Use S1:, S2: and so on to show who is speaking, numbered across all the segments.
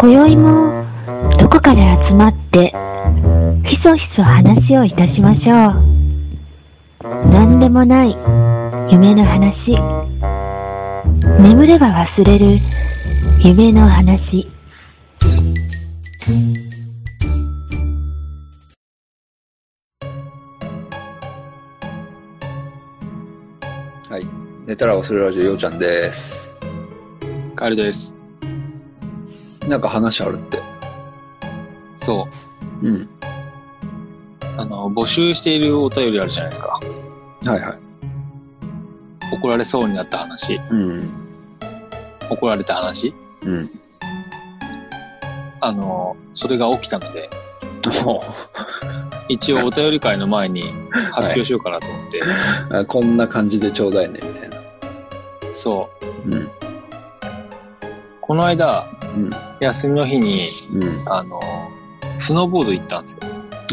S1: 今宵もどこかで集まってひそひそ話をいたしましょう何でもない夢の話眠れば忘れる夢の話
S2: はい。寝たら忘れるラジオ、ようちゃんです。
S3: カエルです。
S2: なんか話あるって。
S3: そう。
S2: うん。
S3: あの、募集しているお便りあるじゃないですか。
S2: はいはい。
S3: 怒られそうになった話、
S2: うん。
S3: 怒られた話、
S2: うん。
S3: あの、それが起きたので、
S2: も
S3: 一応お便り会の前に発表しようかなと思って、
S2: うあ、こんな感じでちょうだいね、みたいな。
S3: そう。
S2: うん。
S3: この間、
S2: うん。
S3: 休みの日に、
S2: うん。
S3: あの、スノーボード行ったんですよ。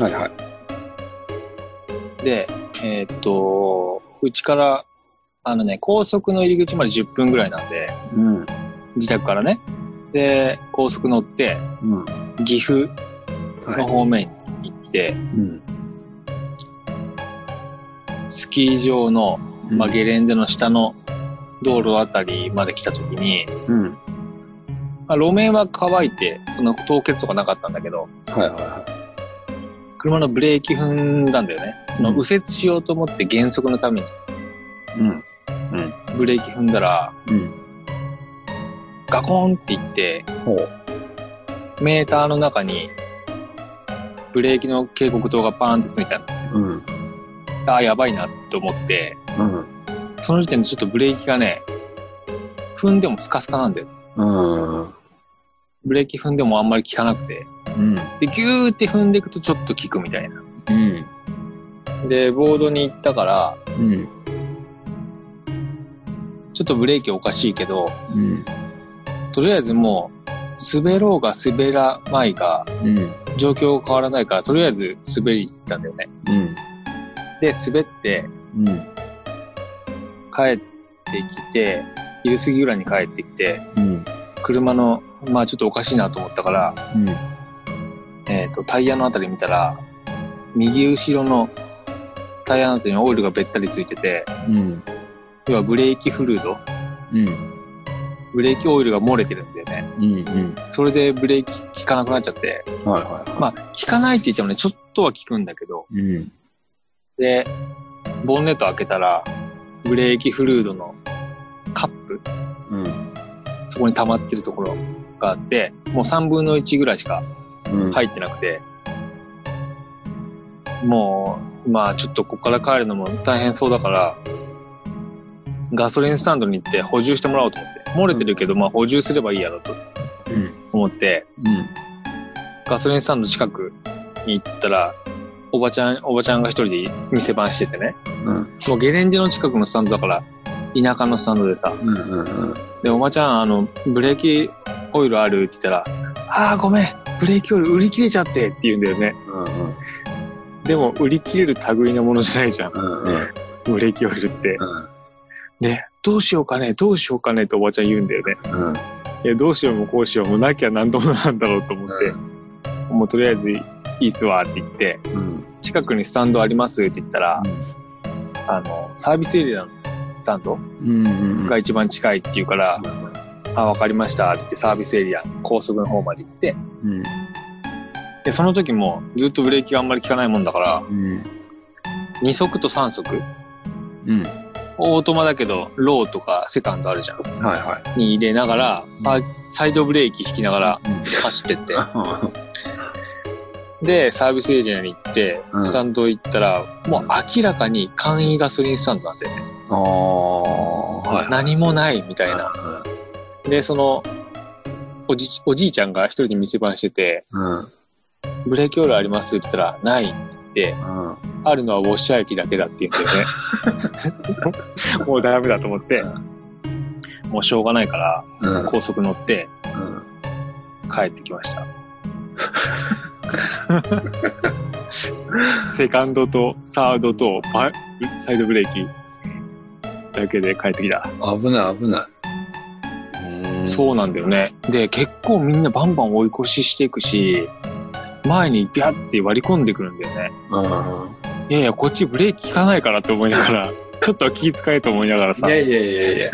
S2: はいはい。
S3: で、えーっと、うちから、あのね、高速の入り口まで10分ぐらいなんで、
S2: うん。うん。
S3: 自宅からね。で、高速乗って、岐阜
S2: は
S3: の方面に行っ
S2: い。
S3: て、
S2: うん。
S3: スキー場の、まあ、ゲレンデの下の道路あたりまで来た時に、
S2: うん。
S3: まあ、路面は乾いて、その凍結とかなかったんだけど、
S2: はいはいは
S3: 車のブレーキ踏んだんだよね。その
S2: うん
S3: 右折しようと思って減速のために
S2: い。うん。
S3: ブレーキ踏んだら、
S2: うん。
S3: ガコンっていって、
S2: ほう。
S3: メーターの中に、ブレーキの警告灯がパーンってついてあっ
S2: うん。
S3: た。ああ、やばいなと思って、
S2: うん。
S3: その時点でちょっとブレーキがね、踏んでもスカスカなんだよ。
S2: うん。
S3: ブレーキ踏んでもあんまり効かなくて。
S2: うん。
S3: で、ギューって踏んでいくとちょっと効くみたいな。
S2: うん。
S3: で、ボードに行ったから、
S2: うん。
S3: ちょっとブレーキおかしいけど、
S2: うん。
S3: とりあえずもう、滑ろうが滑らないが、
S2: うん。
S3: 状況変わらないから、とりあえず滑り行ったんだよね。
S2: うん。
S3: で、滑って、
S2: うん。
S3: 帰ってきて、昼過ぎぐらいに帰ってきて、
S2: うん。
S3: 車の、まあちょっとおかしいなと思ったから、
S2: うん。
S3: えっ、と、タイヤのあたり見たら、右後ろのタイヤのあたりにオイルがべったりついてて、
S2: うん。
S3: 要はブレーキフルード、
S2: うん。
S3: ブレーキオイルが漏れてるんだよね。
S2: うん。うん。
S3: それでブレーキ効かなくなっちゃって、
S2: はいは
S3: まあ、効かないって言ってもね、ちょっとは効くんだけど、
S2: い。うん。
S3: で、ボンネット開けたら、ブレーキフルードのカップ、
S2: うん。
S3: そこに溜まってるところがあって、もう3分の1ぐらいしか
S2: うん。い。
S3: 入ってなくて、もう、まあちょっとここから帰るのも大変そうだから、ガソリンスタンドに行って補充してもらおうと思って、漏れてるけど、まあ補充すればいいやろと
S2: うん。
S3: 思って、
S2: うん。
S3: ガソリンスタンド近くに行ったら、おばちゃん、おばちゃんが一人で店番しててね。
S2: うん。
S3: もうゲレンデの近くのスタンドだから、田舎のスタンドでさ。
S2: うん。うん。
S3: で、おばちゃん、あの、ブレーキオイルあるって言ったら、ああ、ごめん、ブレーキオイル売り切れちゃってって言うんだよね。
S2: うん。
S3: でも、売り切れる類のものじゃないじゃん。
S2: うん。うん。
S3: ブレーキオイルって。で、どうしようかね、どうしようかねとおばちゃん言うんだよね。
S2: うん。
S3: いや、どうしようもこうしようもなきゃ何ともなんだろうと思って、もうとりあえずいいっすわって言って、
S2: うん。
S3: 近くにスタンドありますって言ったら、あの、サービスエリアのスタンド
S2: うん。
S3: が一番近いっていうから、あ、わかりましたって言ってサービスエリア、高速の方まで行って、
S2: うん。
S3: で、その時もずっとブレーキがあんまり効かないもんだから、
S2: うん。
S3: 2速と3速、
S2: うん。
S3: オートマだけど、ローとかセカンドあるじゃん。
S2: はいはい。
S3: に入れながら、パサイドブレーキ引きながら
S2: うん
S3: 走ってって、で、サービスエリアに行って
S2: う、ん
S3: スタンド行ったら、もう明らかに簡易ガソリンスタンドなんだよね。
S2: ああ、はい。
S3: 何もないみたいな。
S2: な。
S3: で、その、おじ、おじいちゃんが一人で店番してて、
S2: うん。うん。
S3: ブレーキオイルありますって言ったら、ないって言って、あるのはウォッシャー液だけだって言うんだよね。もうダメだと思って、もうしょうがないから、
S2: うん。
S3: 高速乗って
S2: うん。
S3: 帰ってきました。セカンドとサードとバサイドブレーキだけで帰ってきた。
S2: 危ない危ない。う
S3: そうなんだよね。で、結構みんなバンバン追い越ししていくし、前にビャって割り込んでくるんだよね。
S2: うん。
S3: いやいや、こっちブレーキ効かないからって思いながら、 ちょっとは気遣えと思いながら
S2: い
S3: さ
S2: や、いやいやいや。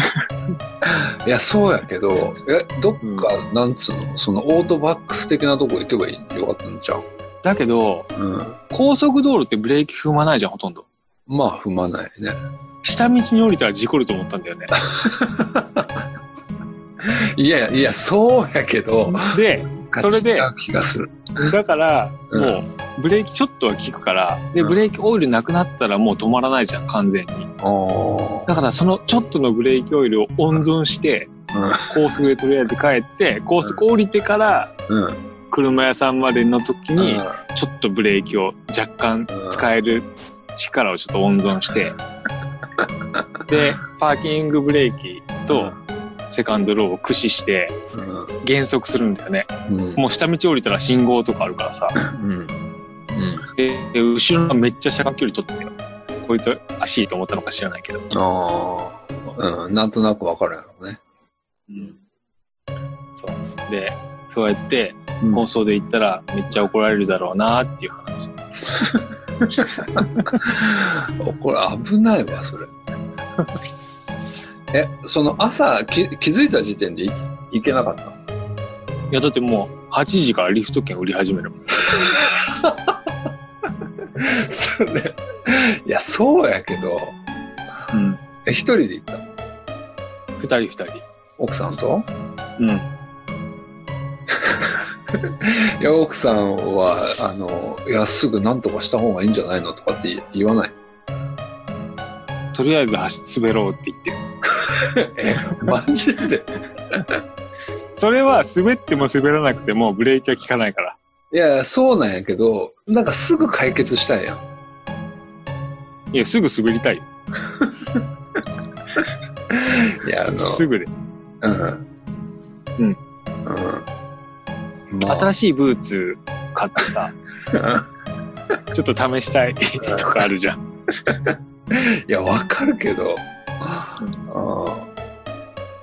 S2: いや、そうやけど、え、どっか、なんつうの、そのオートバックス的なとこ行けばいいよかったんちゃう
S3: だけど、
S2: うん。
S3: 高速道路ってブレーキ踏まないじゃん、ほとんど。
S2: まあ、踏まないね。
S3: 下道に降りたら事故ると思ったん だよね。
S2: いやいや、いや、そうやけど、
S3: で、それで
S2: 違う気がする。
S3: だから、
S2: うん
S3: もう、ブレーキちょっとは効くから、で、
S2: うん
S3: ブレーキオイルなくなったらもう止まらないじゃん、完全に。
S2: お
S3: だから、そのちょっとのブレーキオイルを温存して、
S2: うん
S3: 高速でとりあえず帰って、高速降りてから、
S2: うん。
S3: 車屋さんまでの時に、
S2: うん
S3: ちょっとブレーキを若干使える力をちょっと温 存して、で、パーキングブレーキとセカンドローを駆使して
S2: うん。
S3: 減速するんだよね。
S2: うん。
S3: もう下道降りたら信号とかある からさ。
S2: うん。うん。
S3: で、で後ろがめっちゃ車間距離取ってたよ。こいつ足いいと思ったのか知らないけど。
S2: ああ。うん。なんとなくわかるやろうね。
S3: そう。で、そうやって、
S2: うん
S3: 放送で行ったらめっちゃ怒られるだろうなっていう話。
S2: おこれ危ないわ、それ。え、その朝き気づいた時点でい行けなかった
S3: いや、だってもう8時からリフト券売り始めるもん。
S2: それ。いや、そうやけど、
S3: うん。
S2: え、一人で行った
S3: 二人二人。
S2: 奥さんと
S3: うん。
S2: いや、奥さんは、あの、いや、すぐ何とかした方がいいんじゃないのとかって言言わない。
S3: とりあえず走滑ろうって言ってる。
S2: え、マジで
S3: それは滑っても滑らなくてもブレーキは効かないから。
S2: いや、そうなんやけど、なんかすぐ解決したいやん。
S3: いや、すぐ滑りたいよ。
S2: いや、あの、
S3: すぐで。
S2: うん。
S3: うん
S2: うん。ま
S3: 新しいブーツ買って さ、
S2: あ、
S3: ちょっと試したいとかあるじゃん。
S2: いや、わかるけど、あ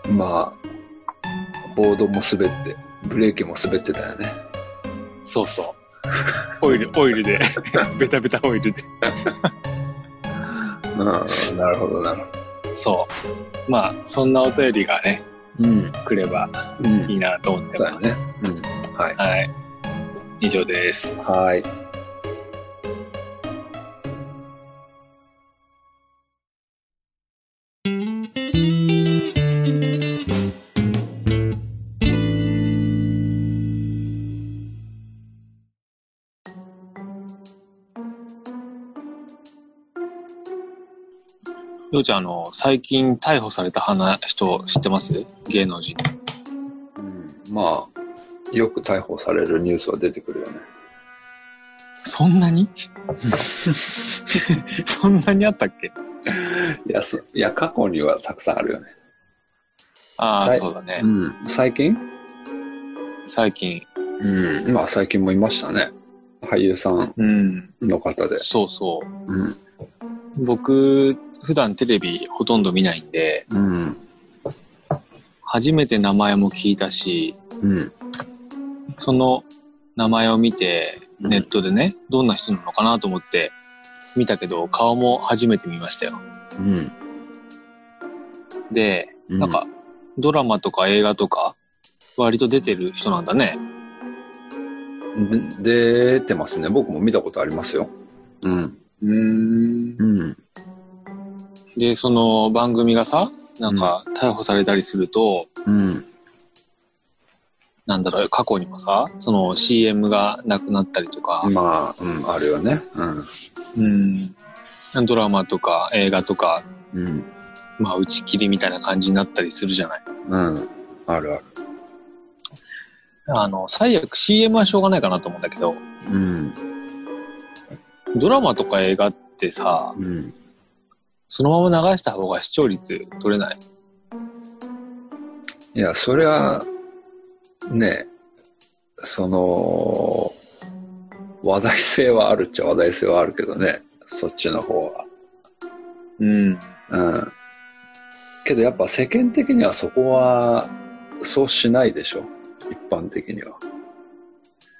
S2: ーまあ、ボードも滑って、ブレーキも滑ってたよね。
S3: そうそう。オイル、オイル で。ベタベタオイルで。
S2: うん、なるほど、なるほ
S3: そう。まあ、そんなお便りがね、
S2: ど。うん、
S3: 来れば
S2: うん
S3: い、いなと思って
S2: そうだよ
S3: ま
S2: ね
S3: す。。
S2: うん、はい。
S3: はい。以上です。
S2: はい。
S3: ようちゃん、あの、最近逮捕された花人知ってます芸能人。
S2: うん、まあ、よく逮捕されるニュースは出てくるよね。
S3: そんなに そんなにあったっけ
S2: いや、そいや過去にはたくさんあるよね。
S3: ああ、
S2: はい
S3: そうだね。
S2: ん、最近
S3: 最近。
S2: うん、まあ最近もいましたね。俳優さん
S3: うん。
S2: の方で。
S3: そうそう。
S2: うん。
S3: 僕、普段テレビほとんど見ないんで、
S2: うん。
S3: 初めて名前も聞いたし、
S2: うん。
S3: その名前を見て、
S2: うん
S3: ネットでね、どんな人なのかなと思って見たけど、顔も初めて見ましたよ。
S2: うん。
S3: で、
S2: な
S3: なん、か、ドラマとか映画とか、割と出てる人なんだね。
S2: で出てますね。僕も見たことありますよ。うん。
S3: うん。
S2: うん。
S3: で、その番組がさ、なんか、逮捕されたりすると、
S2: うん。
S3: なんだろう、過去にもさ、その CM がなくなったりとか、
S2: まあ、うん、あるよね。う
S3: うん、ドラマとか映画とか、
S2: ん。うん。
S3: まあ、打ち切りみたいな感じになったりするじゃない。
S2: うん。あるある。
S3: あの、最悪 CM はしょうがないかなと思うんだけど、
S2: うん。
S3: ドラマとか映画ってさ、
S2: うん。
S3: そのまま流した方が視聴率取れない。
S2: いや、そりゃ、ねその、話題性はあるっちゃ話題性はあるけどね。そっちの方は。
S3: うん。
S2: うん。けどやっぱ世間的にはそこはそうしないでしょ。一般的には。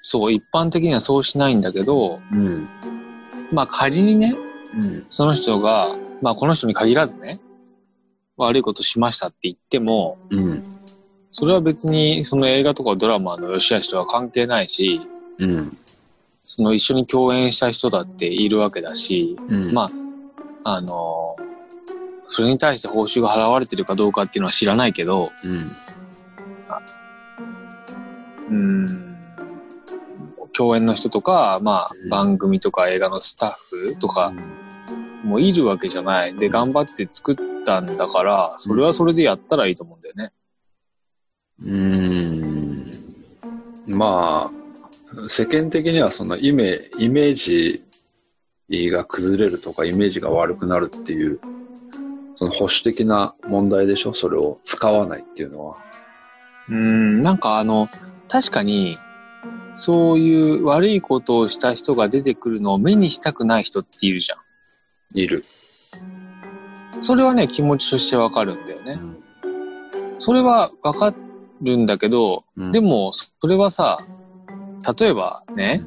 S3: そう、一般的にはそうしないんだけど、
S2: うん。
S3: まあ仮にね、
S2: うん。
S3: その人が、まあこの人に限らずね、悪いことしましたって言っても、
S2: うん。
S3: それは別にその映画とかドラマの良し悪しとは関係ないし、
S2: うん。
S3: その一緒に共演した人だっているわけだし、
S2: うん。
S3: まあ、あのそれに対して報酬が払われてるかどうかっていうのは知らないけど、
S2: うん。
S3: うん、共演の人とか、まあ
S2: うん、
S3: 番組とか映画のスタッフとか、もういるわけじゃない。で、頑張って作ったんだから、それはそれでやったらいいと思うんだよね。
S2: うーんまあ、世間的にはそのイメイメージが崩れるとかイメージが悪くなるっていう、その保守的な問題でしょそれを使わないっていうのは。
S3: うん、なんかあの、確かに、そういう悪いことをした人が出てくるのを目にしたくない人っているじゃ
S2: いる。
S3: ん。それはね、気持ちとしてわかるんだよね。それはわかるんだけど、
S2: うん
S3: で、も、それはさ、例えばね、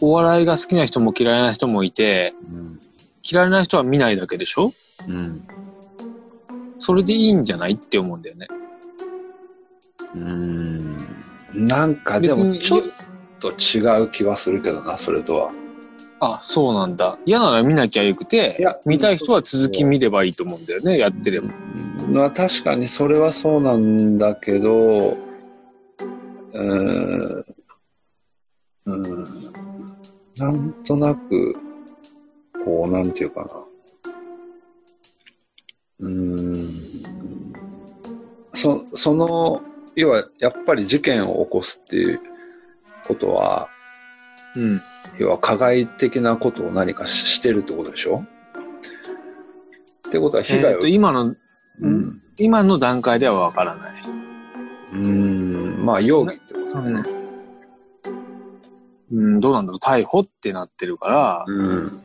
S3: お笑いが好きな人も嫌いな人もいて、
S2: うん。
S3: 嫌いな人は見ないだけでしょ
S2: うん。
S3: それでいいんじゃないって思うんだよね。
S2: うーん。なんかでもちょっと違う気はするけどな、それとは。
S3: あ、そうなんだ。嫌なら見なきゃよくて、
S2: いや
S3: 見たい人は続き見ればいいと思うんだよね、やってれば。
S2: うんまあ確かにそれはそうなんだけど、うーん、うん、なんとなく、こう、なんていうかな。うーん、そその、要はやっぱり事件を起こすっていうことは、
S3: うん。
S2: 要は加害的なことを何かししてるってことでしょってことは被
S3: え
S2: 害
S3: っ
S2: を、
S3: と、今の、
S2: うん
S3: 今の段階ではわからない。
S2: うーん、まあ、容疑ってことね。
S3: うん、どうなんだろう、逮捕ってなってるから、
S2: うん。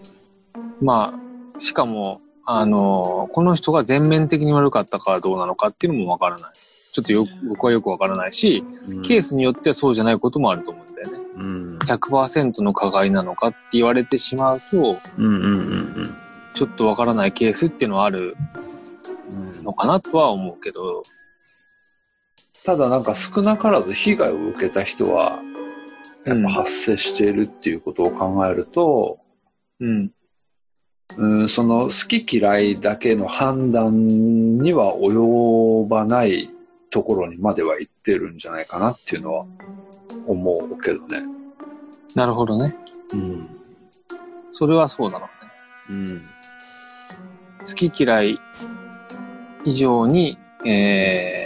S3: まあ、しかも、あの、この人が全面的に悪かったかどうなのかっていうのもわからない。ちょっとよ、僕はよくわからないし、ケースによってはそうじゃないこともあると思うんだよね。
S2: うん。
S3: 100%の加害なのかって言われてしまうと、
S2: うんうんうん
S3: ちょっとわからないケースっていうのはある
S2: うんうん
S3: のかなとは思うけど、
S2: ただなんか少なからず被害を受けた人は、やっぱ発生しているっていうことを考えると、
S3: うん。
S2: うん、その好き嫌いだけの判断には及ばないところにまでは行ってるんじゃないかなっていうのは思うけどね。
S3: なるほどね。
S2: うん。
S3: それはそうなのね。
S2: うん。
S3: 好き嫌い以上に、えー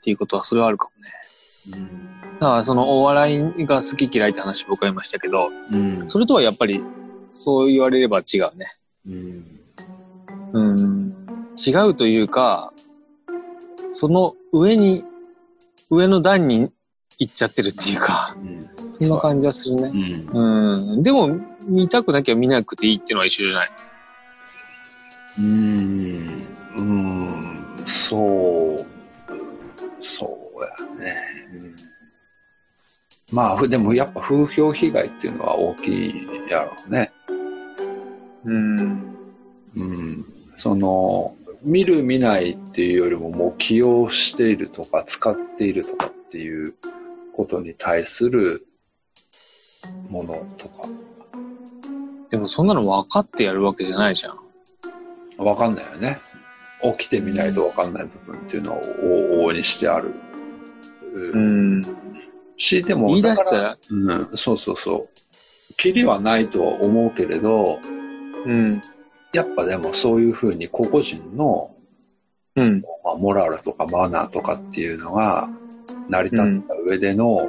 S3: っていうことはそれはあるかもね。
S2: うん。
S3: だからそのお笑いが好き嫌いって話僕は言いましたけど、
S2: うん。
S3: それとはやっぱりそう言われれば違うね。
S2: うん。
S3: うん。違うというか、その上に、上の段に行っちゃってるっていうか、そんな感じはするね
S2: う。ん。
S3: うん。でも、見たくなきゃ見なくていいっていうのは一緒じゃない。
S2: うーん、うーん、そう、そうやね。うんまあ、ふでもやっぱ風評被害っていうのは大きいやろうね。
S3: うん。
S2: うん。その、見る見ないっていうよりももう起用しているとか使っているとかっていうことに対するものとか。
S3: でもそんなの分かってやるわけじゃないじゃん。
S2: わかんないよね。起きてみないとわかんない部分っていうのを往々にしてある。
S3: うん。
S2: し、でも、
S3: 言い出した、
S2: だからうん、そうそうそう。キリはないとは思うけれど、
S3: うん。
S2: やっぱでもそういうふうに個々人の、
S3: うん。
S2: まあ、モラルとかマナーとかっていうのが成り立った上での、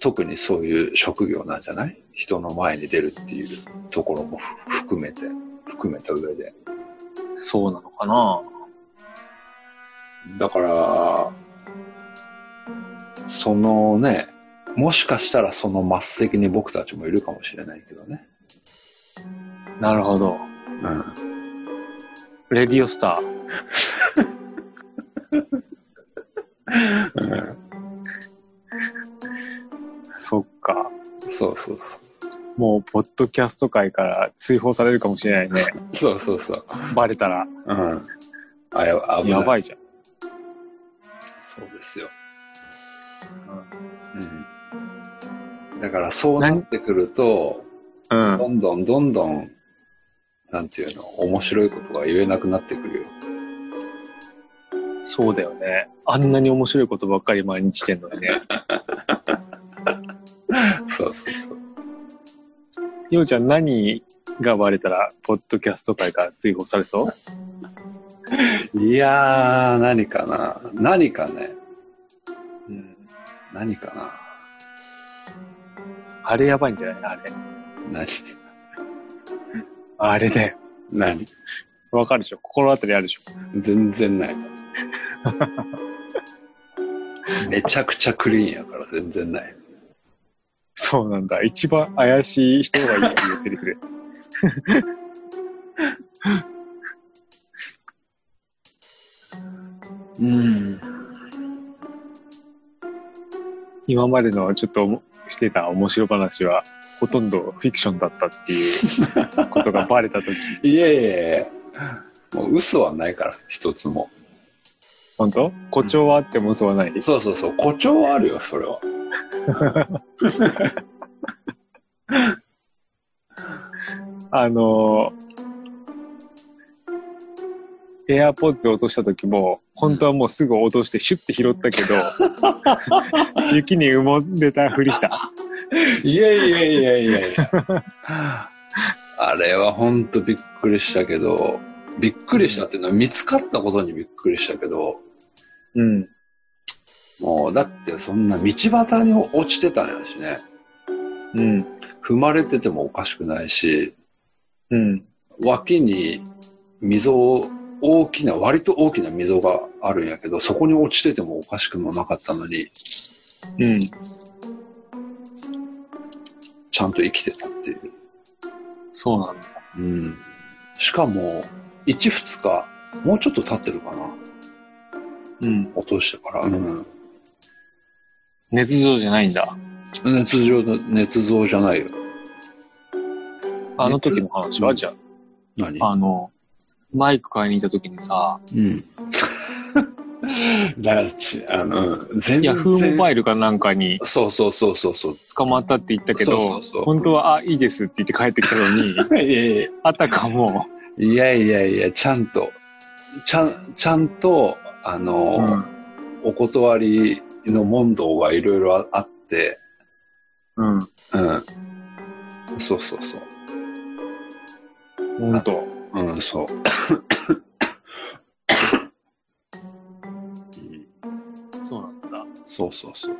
S2: 特にそういう職業なんじゃない人の前に出るっていうところもふ含めて、含めた上で。
S3: そうなのかな。
S2: だから、そのね、もしかしたらその末席に僕たちもいるかもしれないけどね。
S3: なるほど。
S2: うん。
S3: レディオスター。
S2: うん
S3: そっか。
S2: そうそうそう。
S3: もう、ポッドキャスト界から追放されるかもしれないね。
S2: そうそうそう。
S3: バレた
S2: う
S3: ら。
S2: ん。あ、や危ない。
S3: やばいじゃん。
S2: そうですよ。うん。だからそうなってくると、
S3: うん。
S2: どんどんどんどん、なんていうの、面白いことが言えなくなってくるよ。
S3: そうだよね。あんなに面白いことばっかり毎日してんのに ね。
S2: そうそうそう。
S3: ようちゃん何がバレたら、ポッドキャスト界から追放されそう
S2: いやー、何かな。何かね。
S3: うん。
S2: 何かな。
S3: あれやばいんじゃないあれ。
S2: 何
S3: あれだよ。
S2: 何
S3: わかるでしょ心当たりあるでしょ
S2: 全然 ない。めちゃくちゃクリーンやから全然ない。
S3: そうなんだ。一番怪しい人が言うセリ フで。
S2: うん。
S3: 今までのちょっとしてた面白話は、ほとんどフィクションだったって いうことがバレたとき、
S2: いやいやいやもう嘘はないから、一つも。
S3: 本当誇張はあっても嘘はない。
S2: そうそうそう、誇張はあるよ、それは。
S3: あのー、エアポッズ落とした時も、本当はもうすぐ落としてシュッて拾ったけど、 雪に埋もれたふりした。
S2: いやいやいやいやいや。 あれはほんとびっくりしたけど、びっくりしたっていうのは見つかったことにびっくりしたけど、
S3: うん。
S2: もうだってそんな道端に落ちてたんやしね。
S3: うん。
S2: 踏まれててもおかしくないし、
S3: うん。
S2: 脇に溝を、大きな、割と大きな溝があるんやけど、そこに落ちててもおかしくもなかったのに、
S3: うん。
S2: ちゃんと生きてたっていう。
S3: そうなんだ。
S2: うん。しかも、1、2日、もうちょっと経ってるかな。
S3: うん。
S2: 落としてから。うん。
S3: 熱情じゃないんだ。
S2: 熱情の、熱造じゃないよ。
S3: あの時の話
S2: う
S3: は
S2: ん
S3: じゃ
S2: 何
S3: あ、あの、マイク買いに行った時にさ、
S2: うん。 だからち、あの、うん全然。
S3: ヤフーモバイルかなんかに
S2: そうそうそうそうそう。
S3: 捕まったって言ったけど、
S2: そうそうそう
S3: 本当は、あ、いいですって言って帰ってきたのに、
S2: いやいや
S3: あたかも、
S2: いやいやいや、ちゃんと、ちゃん、ちゃんと、あの、
S3: うん。
S2: お断りの問答がいろいろあって、
S3: う
S2: う
S3: ん。
S2: ん。そうそうそう。
S3: 本当。
S2: うん、そう。
S3: そうなんだ。
S2: そうそうそう。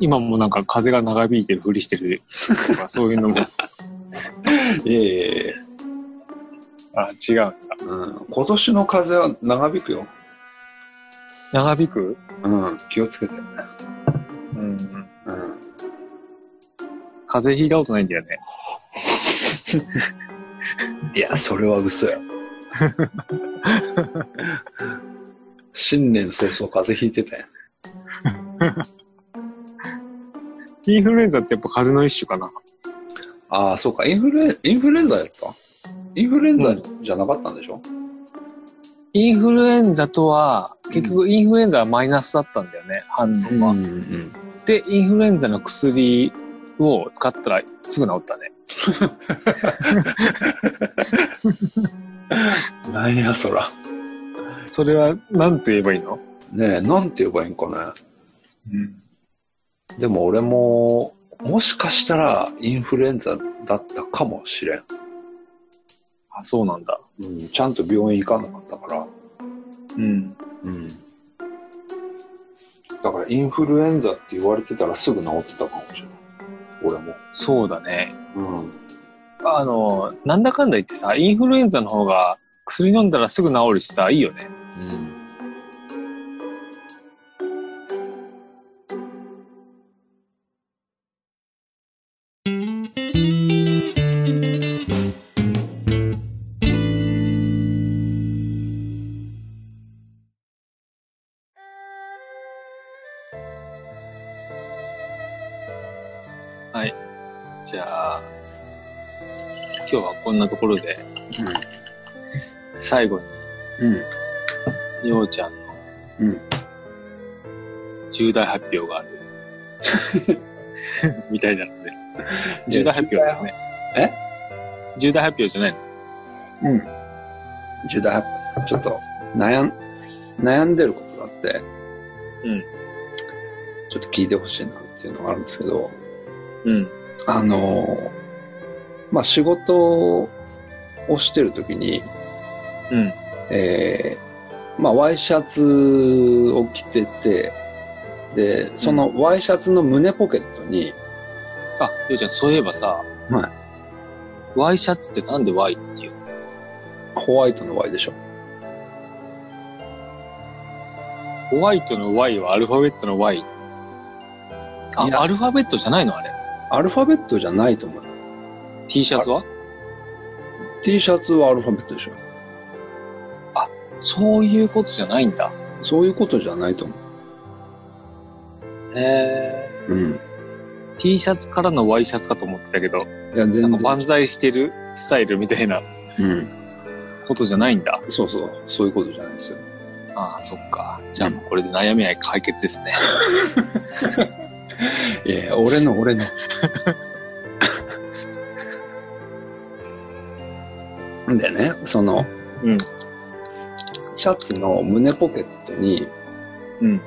S3: 今もなんか風が長引いてるふりしてるとか、そうい うのも、
S2: いえいえいえ。
S3: あ、違うんだ。
S2: うん。今年の風は長引くよ。
S3: 長引く
S2: うん。気をつけて。
S3: うん。
S2: うん。
S3: 風邪ひいたことないんだよね。
S2: いや、それは嘘 や。新年早々風邪ひいてたやん。
S3: インフルエンザってやっぱ風邪の一種かな。
S2: ああ、そうか。インフルエン、インフルエンザやったインフルエンザじゃなかったんでしょ、
S3: インフルエンザとは、結局インフルエンザはマイナスだったんだよね、反応が。
S2: んうん。
S3: で、インフルエンザの薬を使ったらすぐ治ったね。
S2: 何やそら。
S3: それは何て言えばいいの
S2: ねえ、なんて言えばいいんか
S3: うん。
S2: ね。でも俺も、もしかしたらインフルエンザだったかもしれん。
S3: あ、そうなんだ。
S2: うん、ちゃんと病院行かなかったから。
S3: うん。
S2: うん。だからインフルエンザって言われてたらすぐ治ってたかもしれない。俺も。
S3: そうだね。
S2: うん。
S3: あの、なんだかんだ言ってさ、インフルエンザの方が薬飲んだらすぐ治るしさ、いいよね。
S2: うん。
S3: じゃあ、今日はこんなところで、最後に、
S2: うん。
S3: ようちゃんの
S2: うん。
S3: 重大発表がある。 みたいなので。重大発表だよね。
S2: え
S3: 重大発表じゃないの
S2: うん。重大発表。ちょっと、悩ん、悩んでることがあって。
S3: うん。
S2: ちょっと聞いてほしいなっていうのがあるんですけど、
S3: うん。
S2: あのー、まあ、仕事をしてるときに、
S3: うん。
S2: えー、まあ、ワイシャツを着てて、で、そのワイシャツの胸ポケットに、
S3: あ、ようちゃん、そういえばさ、
S2: は
S3: ワイシャツってなんでワイっていうの
S2: ホワイトのワイでしょ。
S3: ホワイトの Y はアルファベットの Y。あ
S2: い、や
S3: アルファベットじゃないのあれ。
S2: アルファベットじゃないと思う。
S3: T シャツは
S2: T シャツはアルファベットでしょ。
S3: そういうことじゃないんだ。
S2: そういうことじゃないと思
S3: へ
S2: う。うん。
S3: ー T シャツからのワイシャツかと思ってたけど、
S2: いや、全
S3: なん
S2: 然
S3: か。万歳してるスタイルみたいな
S2: うん。
S3: ことじゃないんだ。
S2: そうそう、そういうことじゃないですよ。
S3: ああ、そっか。じゃあもうこれで悩みは解決ですね。
S2: いやいや俺の、俺の。 でね、その、
S3: うん
S2: シャツの胸ポケットに、
S3: うん。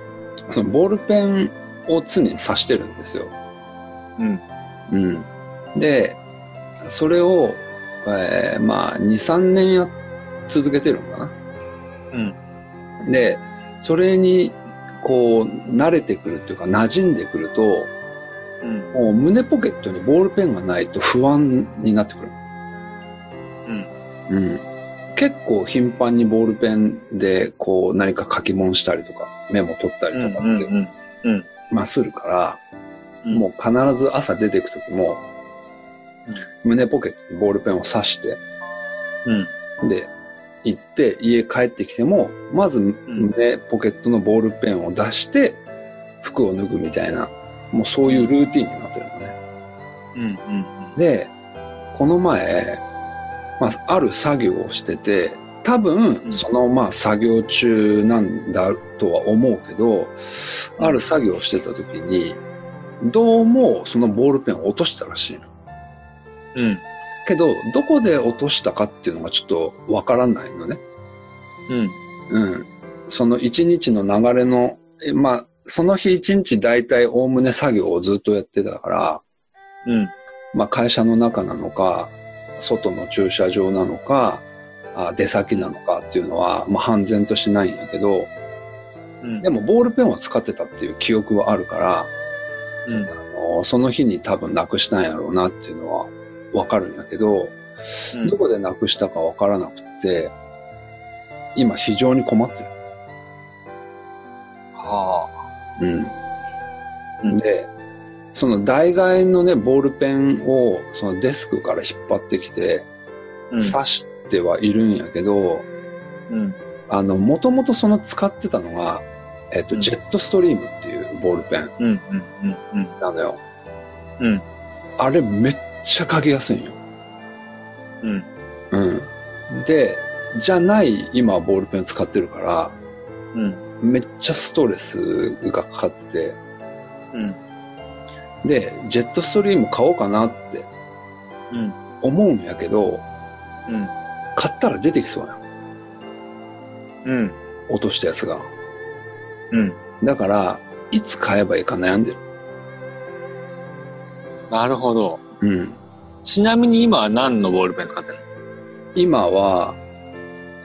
S2: そのボールペンを常に刺してるんですよ。
S3: うん。
S2: うん。で、それを、えーまあ、2、3年や、続けてるのかな。で、それに、こう、慣れてくるっていうか、馴染んでくると、
S3: うん。
S2: もう胸ポケットにボールペンがないと不安になってくる。うん。結構頻繁にボールペンで、こう、何か書き物したりとか、メモ取った
S3: うん。
S2: りと
S3: う
S2: かっ
S3: ん。
S2: て、
S3: うん。
S2: まあ、するから、
S3: うん
S2: もう必ず朝出てくときも、胸ポケットにボールペンを刺して、
S3: うん。
S2: で、行って、家帰ってきても、まず胸ポケットのボールペンを出して、服を脱ぐみたいな、もうそういうルーティンになってるのね。
S3: うん。うん。
S2: で、この前、まあ、ある作業をしてて、多
S3: う
S2: 分、
S3: ん
S2: その、まあ、作業中なんだとは思うけど、ある作業をしてた時に、どうも、そのボールペンを落としたらしいの。
S3: うん。
S2: けど、どこで落としたかっていうのがちょっとわからないのね。
S3: うん。
S2: うん。その一日の流れの、えまあ、その日一日大体おおむね作業をずっとやってたから、
S3: うん。
S2: まあ、会社の中なのか、外の駐車場なのか、あ出先なのかっていうのは、まあ、判然としないんだけど、
S3: うん。
S2: でもボールペンは使ってたっていう記憶はあるから、
S3: うん。
S2: あのその日に多分なくしたんやろうなっていうのはわかるんだけど、
S3: うん
S2: どこでなくしたかわからなくて、今非常に困ってる。
S3: は
S2: う。
S3: うんん
S2: で、その代替のね、ボールペンをそのデスクから引っ張ってきて、
S3: あ。
S2: 刺してはいるんやけど、
S3: うん。
S2: あの、もともとその使ってたのが、えっ、と、
S3: うん
S2: ジェットストリームっていうボールペン
S3: うん。うん。うん。うん。
S2: なのよ。
S3: うん。
S2: あれめっちゃ書きやすいんよ。
S3: うん。
S2: うん。で、じゃない今ボールペン使ってるから、
S3: うん。
S2: めっちゃストレスがかかって
S3: うん。
S2: て、で、ジェットストリーム買おうかなって
S3: うん。
S2: 思うんやけど、
S3: うん。
S2: 買ったら出てきそうやん。
S3: うん。
S2: 落としたやつが。
S3: うん。
S2: だから、いつ買えばいいか悩んでる。
S3: なるほど。
S2: うん。
S3: ちなみに今は何のボールペン使ってる
S2: 今は、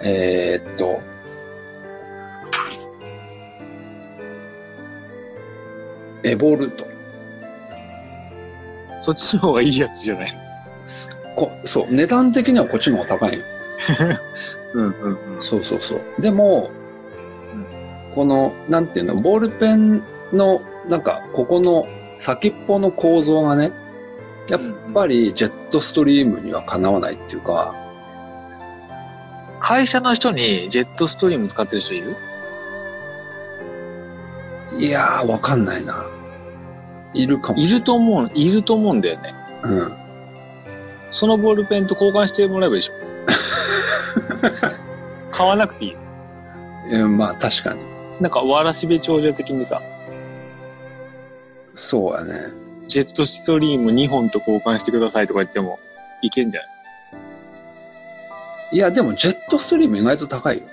S2: えーっと、エボルト。
S3: のそっちの方がいいやつじゃない
S2: こそう、値段的にはこっちの方が高いよ。
S3: うんうん
S2: そうそうそう。でも
S3: うん、
S2: この、なんていうの、ボールペンの、なんか、ここの先っぽの構造がね、やっ
S3: っ
S2: ぱりジェットストリームにはかなわないっていうか、
S3: 会社の人にジェットストリーム使ってる人いる
S2: いやー、わかんないな。いるかも。
S3: いると思う、いると思うんだよね。
S2: うん。
S3: そのボールペンと交換してもらえばいいで しょ。買わなくていい。
S2: えーまあ確かに。
S3: なんか、わらしべ長者的にさ、
S2: そうやね。
S3: ジェットストリーム2本と交換してくださいとか言っても、いけんじゃない
S2: いや、でもジェットストリーム意外と高いよ。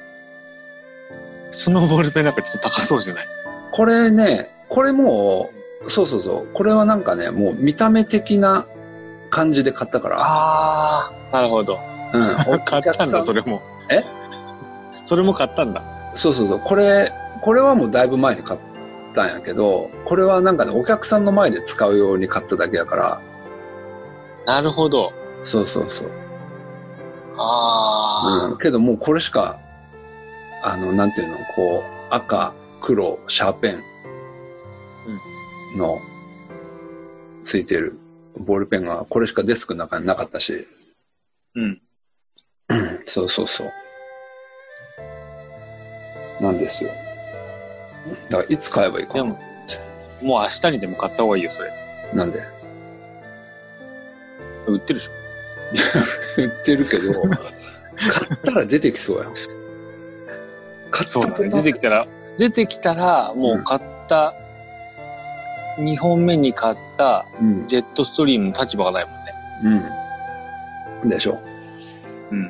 S3: そのボールペンなんかちょっと高そうじゃない
S2: これね、これもう、そうそうそう。これはなんかね、もう見た目的な感じで買ったから。
S3: あー、なるほど。
S2: うん。
S3: 買ったんだ、それも。
S2: え
S3: それも買ったんだ。
S2: そうそうそう。これ、これはもうだいぶ前に買ったんやけど、これはなんかね、お客さんの前で使うように買っただけやから、
S3: なるほど。
S2: そうそうそう。
S3: あー、
S2: うん、けどもうこれしか、あの、なんていうの、こう、赤、黒、シャーペンの、ついてるボールペンが、これしかデスクの中になかったし、
S3: うん。
S2: そうそうそう。なんですよ。だから、いつ買えばいい
S3: で
S2: か
S3: も、もう明日にでも買った方がいいよ、それ。
S2: なんで。
S3: 売ってるでしょ。
S2: 言ってる けど、買ったら出てきそうやん。買った
S3: そうだね。出て
S2: き
S3: きたら、出てきたら、もう買った、2本目に買った
S2: うん。
S3: ジェットストリームの立場がないもんね。
S2: うん。でしょ。
S3: うん。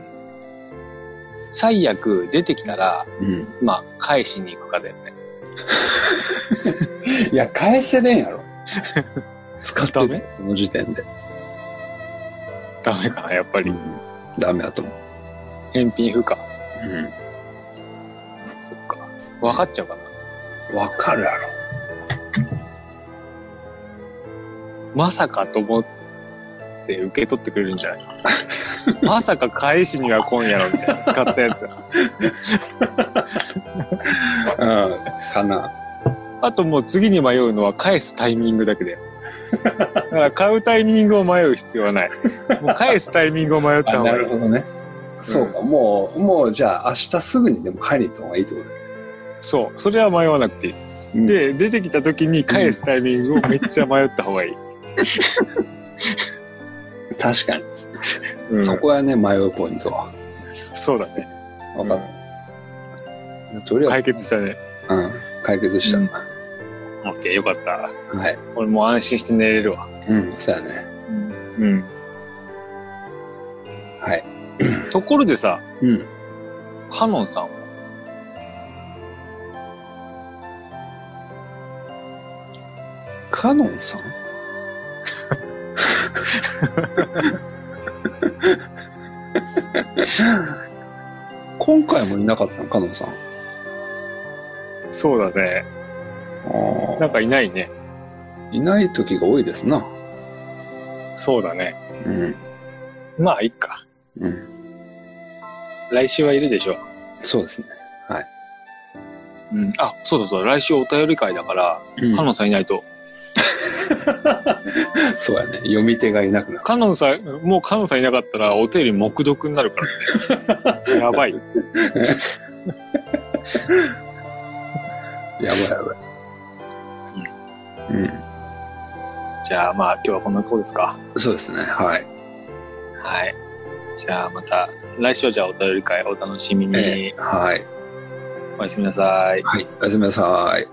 S3: 最悪、出てきたら、
S2: うん。
S3: まあ、返しに行くかだよね。
S2: いや、返せねえ やろ。使って
S3: ダ
S2: ね
S3: メ、
S2: その時点で。
S3: ダメかな、やっぱり。
S2: ダメだと思う。
S3: 返品不可。そっか。分かっちゃうかな。
S2: うん。わかるやろ。
S3: まさかと思って受け取ってくれるん じゃないまさか返しには今夜のみたいな。使ったやつ。
S2: うん。かな。
S3: あともう次に迷うのは返すタイミングだけで。だから買うタイミングを迷う必要はない。もう返すタイミングを迷った
S2: あ、
S3: 方
S2: な
S3: がいい
S2: る。ほどね。そうか、もう、もうじゃあ明日すぐにでも買いに行った方がいいってことだよ
S3: そう。それは迷わなくていい。
S2: うん
S3: で、出てきた時に返すタイミングをめっちゃ迷った方がいい。
S2: 確かに。
S3: うん、
S2: そこはね、迷うポイントは。
S3: そうだね。
S2: わかる。とりあえ
S3: 解決したね。
S2: ず、うん。解決した。
S3: うんオッケー、よかった。
S2: はい。
S3: 俺もう安心して寝れるわ。
S2: うん、そうやね。
S3: うん。
S2: はい。
S3: ところでさ、
S2: うん。
S3: カノンさんは
S2: カノンさん今回もいなかったのカノンさん。あ
S3: そうだね。
S2: ー
S3: なんかいないね。
S2: いない時が多いですな。
S3: そうだね。
S2: うん。
S3: まあ、いっか。
S2: うん。
S3: 来週はいるでしょう。
S2: そうですね。
S3: うん。あ、そうだそうだ。来週お便り会だから、
S2: うん
S3: カノンさんいないと。
S2: そうやね。読み手がいなくなる。
S3: カノンさん、もうカノンさんいなかったら、お便り目読になるから ね。やばい。
S2: やばいやばい。うん。
S3: じゃあまあ、今日はこんなとこですか。
S2: そうですね。はい。
S3: はい。じゃあまた、来週はじゃあお便り会お楽しみに。
S2: えーはい。
S3: おやすみなさい。
S2: はい。おやすみなさい。